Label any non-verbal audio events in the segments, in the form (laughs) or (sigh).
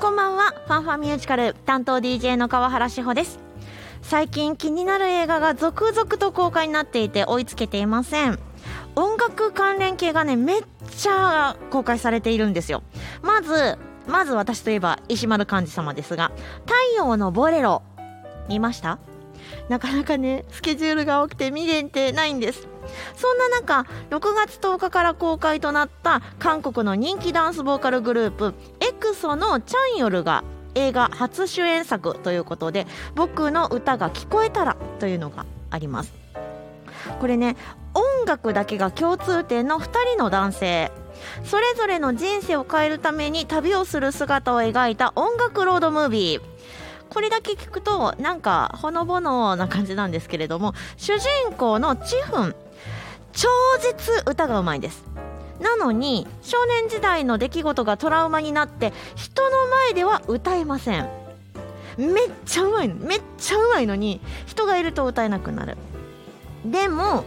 こんばんはファンファミュージカル担当 DJ の川原志保です最近気になる映画が続々と公開になっていて追いつけていません音楽関連系がねめっちゃ公開されているんですよまずまず私といえば石丸幹二様ですが「太陽のボレロ」見ましたなかなかねスケジュールが多くて見れてないんですそんな中6月10日から公開となった韓国の人気ダンスボーカルグループ EXO のチャンヨルが映画初主演作ということで「僕の歌が聞こえたら」というのがありますこれね音楽だけが共通点の2人の男性それぞれの人生を変えるために旅をする姿を描いた音楽ロードムービーこれだけ聞くとなんかほのぼのな感じなんですけれども主人公のチフン超絶歌がうまいですなのに少年時代の出来事がトラウマになって人の前では歌えませんめっちゃうまいのめっちゃうまいのに人がいると歌えなくなるでも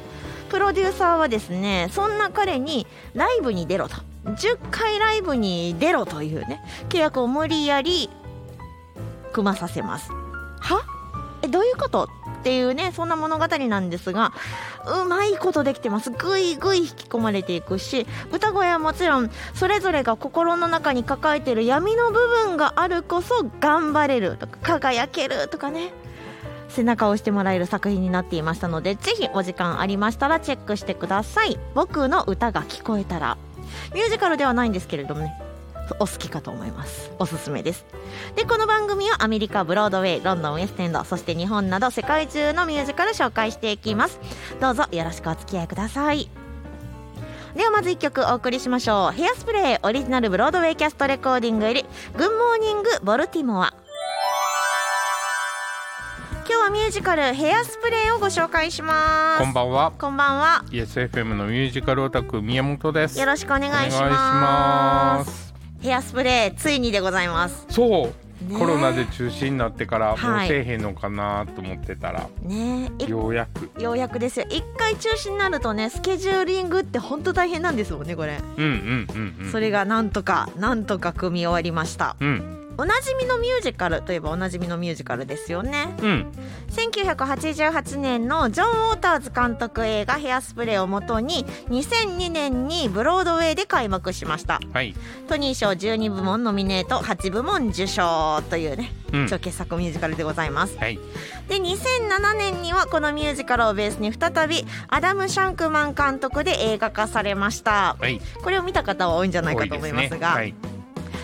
プロデューサーはですねそんな彼にライブに出ろと10回ライブに出ろというね契約を無理やり組まさせますはえどういうことっていうねそんな物語なんですがうまいことできてますぐいぐい引き込まれていくし歌声はもちろんそれぞれが心の中に抱えてる闇の部分があるこそ頑張れるとか輝けるとかね背中を押してもらえる作品になっていましたのでぜひお時間ありましたらチェックしてください僕の歌が聞こえたらミュージカルではないんですけれどもねお好きかと思いますおすすめですでこの番組はアメリカブロードウェイロンドンウェストエンドそして日本など世界中のミュージカル紹介していきますどうぞよろしくお付き合いくださいではまず1曲お送りしましょうヘアスプレーオリジナルブロードウェイキャストレコーディングより「グッモーニングボルティモア」今日はミュージカル「ヘアスプレー」をご紹介しますこんばんは。こんばんは ESFM のミュージカルオタク宮本です。よろしくお願いしお願いしまますす。ヘアスプレーついにでございますそう、ねコロナで中止になってからもはういせえへんのかなと思ってたら、ねえいようやくようやくですよ一回中止になるとねスケジューリングって本当大変なんですもんねこれ、うんうんうんうんそれがなんとかなんとか組み終わりましたうんおなじみのミュージカルといえばおなじみのミュージカルですよねうん1988年のジョン・ウォーターズ監督映画「ヘアスプレー」をもとに2002年にブロードウェイで開幕しましたはいトニー賞12部門ノミネート8部門受賞というねうん超傑作ミュージカルでございますはいで2007年にはこのミュージカルをベースに再びアダム・シャンクマン監督で映画化されましたはいこれを見た方は多いんじゃないかと思いますが多いですね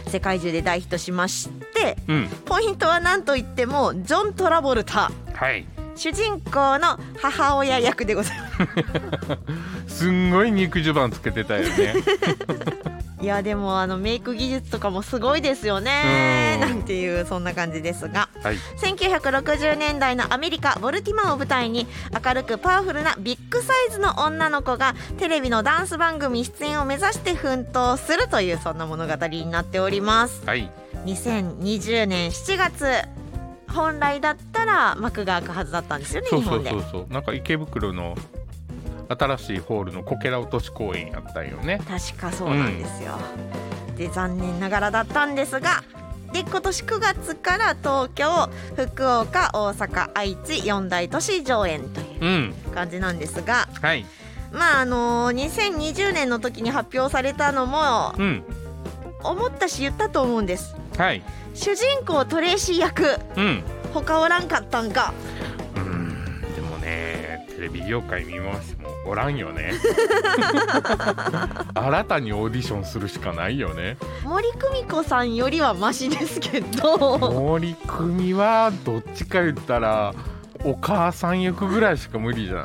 世界中で大ヒットしましてはいうんポイントは何といってもジョン・トラボルタはい主人公の母親役でござ (laughs) いますすんごい肉襦袢つけてたよね (laughs) いやでもあのメイク技術とかもすごいですよねうんなんていうそんな感じですがはい1960年代のアメリカボルティマーを舞台に明るくパワフルなビッグサイズの女の子がテレビのダンス番組出演を目指して奮闘するというそんな物語になっておりますはい2020年7月本来だったら幕が開くはずだったんですよねそう日そ本うでそうそうなんか池袋の新しいホールのこけら落とし公演やったんよね確かそうなんですよ、で残念ながらだったんですがで今年9月から東京福岡大阪愛知4大都市上演というんう感じなんですがはいまああの2020年の時に発表されたのもうん思ったし言ったと思うんですはい主人公トレーシー役うん他おらんかったんかうーんでもねテレビ業界見回してもおらんよ (laughs) ね新たにオーディションするしかないよね森久美子さんよりはマシですけ (laughs) ど森久美はどっちか言ったらお母さん役ぐらいしか無理じゃな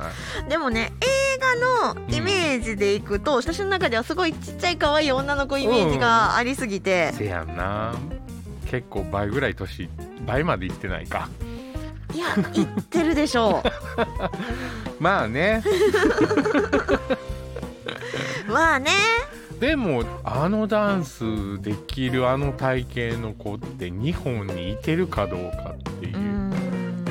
いでもね映画のイメージでいくと、私の中ではすごいちっちゃい可愛い女の子イメージがありすぎて、せやんな結構倍ぐらい年倍までいってないかいや言ってるでしょまあね (laughs) うまあねでもあのダンスできるあの体型の子って日本にいてるかどうかっていうう、ん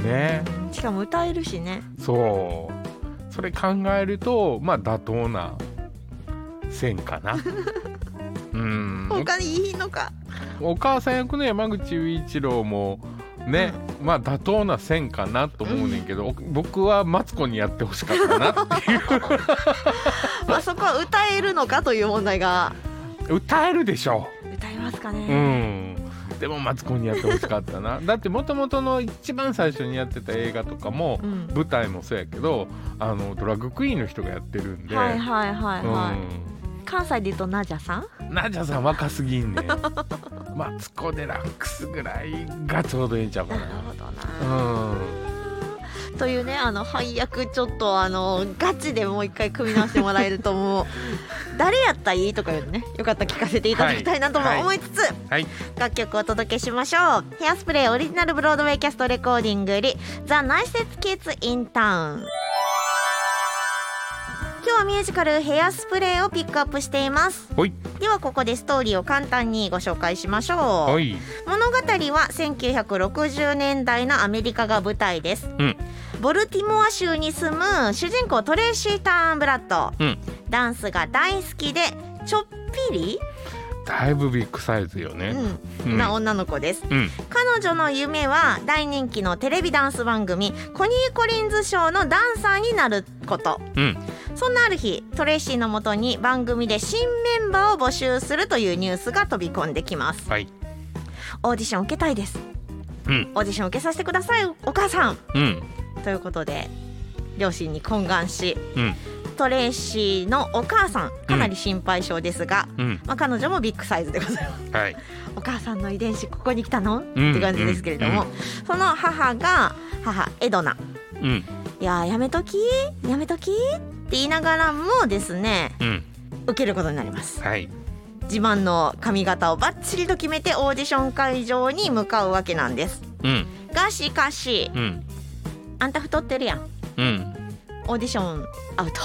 ねしかも歌えるしね (laughs) そうそれ考えるとまあ妥当な線かなうん他にいいのかお母さん役の山口雄一郎もね、まあ妥当な線かなと思うねんけど、僕はマツコにやってほしかったなっていう (laughs) あそこは歌えるのかという問題が歌えるでしょ歌えますかう、うね、ん、でもマツコにやってほしかったなだってもともとの一番最初にやってた映画とかも、うん舞台もそうやけどあのドラッグクイーンの人がやってるんで、はいはいはいはい、関西で言うとナジャさんうん、ナジャさん若すぎ (laughs) んねんマツコ・デラックスぐらいがちょうどいいんちゃうかなるなほどな、うんというねあの配役ちょっとあのガチでもう一回組み直してもらえると (laughs) もう誰やったらいいとかよりねよかったら聞かせていただきたいなとも思いつつ、はい楽曲をお届けしましょうヘアスプレーオリジナルブロードウェイキャストレコーディングより「ザ・ナイセツ・キッズ・インタウン」今日はミュージカル「ヘアスプレー」をピックアップしていますほいではここでストーリーを簡単にご紹介しましょう、ほい物語は1960年代のアメリカが舞台です、うんボルティモア州に住む主人公トレーシー・ターンブラッドうんダンスが大好きでちょっぴり、だいぶビッグサイズよね。うんうんな女の子ですうん、彼女の夢は大人気のテレビダンス番組「コニー・コリンズショー」のダンサーになることうん、そんなある日トレーシーのもとに番組で新メンバーを募集するというニュースが飛び込んできますはい、オーディション受けたいですうん、オーディション受けさせてくださいお母さんうん、ということで両親に懇願しうん、トレーシーのお母さんかなり心配性ですが、うん、まあ、彼女もビッグサイズでございますはい、お母さんの遺伝子ここに来たの、うんって感じですけれども、うその母が母エドナうん、 「いやーやめときやめとき」って言いながらもですねうん、受けることになりますはい、自慢の髪型をバッチリと決めてオーディション会場に向かうわけなんですうん、がしかしうん、あんた太ってるやんうん、オーディションアウト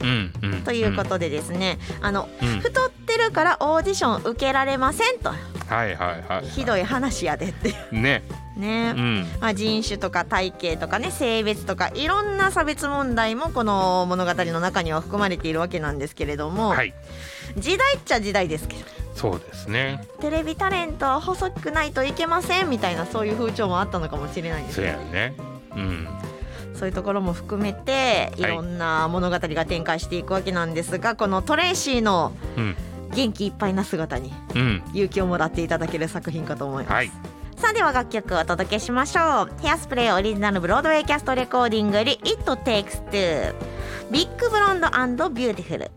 うん、うん、ということでですね、あのうん。うん、太ってるからオーディション受けられませんとはい、はい、はひどい話やでっていい、ね、うねう、ん、まあ、人種とか体型とかね性別とかいろんな差別問題もこの物語の中には含まれているわけなんですけれども、はい、時代っちゃ時代ですけどそうですね。テレビタレントは細くないといけませんみたいなそういう風潮もあったのかもしれないんですそうけやね。うん、どそういうところも含めていろんな物語が展開していくわけなんですが、このトレーシーのうん、元気いっぱいな姿にうん、勇気をもらっていただける作品かと思います、はいさあでは楽曲をお届けしましょうヘアスプレーオリジナルブロードウェイキャストレコーディングより It Takes Two ビッグブロンドビューティフル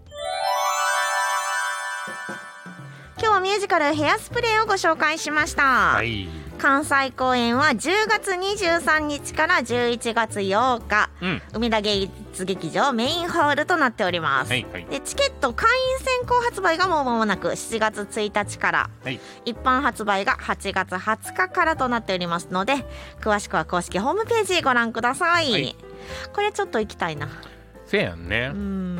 今日はミュージカルヘアスプレーをご紹介しました、はい、関西公演は10月23日から11月8日うん、梅田芸術劇場メインホールとなっております、はい、はい、でチケット会員先行発売がもう間もなく7月1日からはい、一般発売が8月20日からとなっておりますので詳しくは公式ホームページご覧ください、はいこれちょっと行きたいなそうやんねう。うん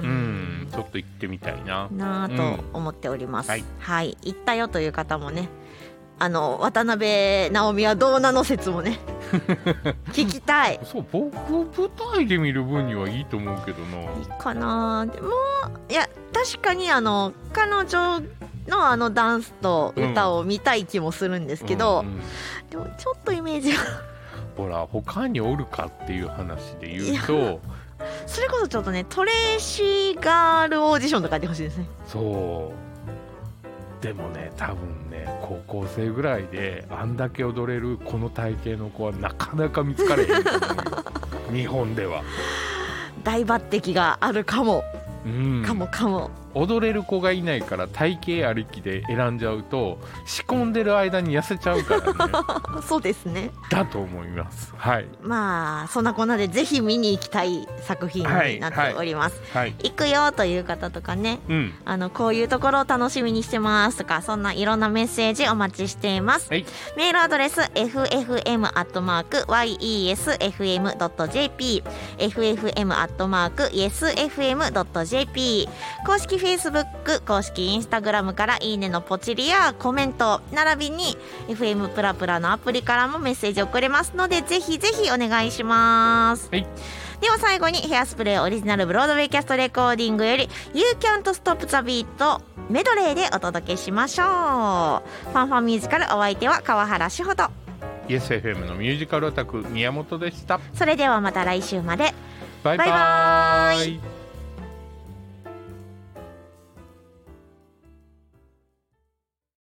ん、ちょっと行ってみたいな。なあと思っております、うんははいい、行ったよという方もねあの渡辺直美はどうなの説も (laughs) ね聞きたいそう、僕を舞台で見る分にはいいと思うけどな。いいかなでもいや確かにあの彼女のあのダンスと歌を見たい気もするんですけど、うんうんでもちょっとイメージがほら他におるかっていう話で言うとそれこそちょっとねトレーシーガールオーディションとかやってほしいですねそうでもね多分ね高校生ぐらいであんだけ踊れるこの体型の子はなかなか見つかれへんと思 (laughs) うよ日本では、大抜擢があるかもうん、かもかも、踊れる子がいないから体型ありきで選んじゃうと仕込んでる間に痩せちゃうから (laughs) ねそうですねだと思いますはいまあそんなこんなでぜひ見に行きたい作品になっております、はい行くよという方とかねうんあのこういうところを楽しみにしてますとかそんないろんなメッセージお待ちしていますはいメールアドレス ffm.yesfm.jp ffm.yesfm.jp 公式 Facebook 公式 Instagram からいいねのポチリやコメント並びに FM プラプラのアプリからもメッセージ送れますのでぜひぜひお願いしますはいでは最後にヘアスプレーオリジナルブロードウェイキャストレコーディングより「You Can't Stop the Beat」メドレーでお届けしましょうファンファンミュージカルお相手は川原志穂とイエス FM のミュージカルオタク宮本でしたそれではまた来週までバイババイバーーイ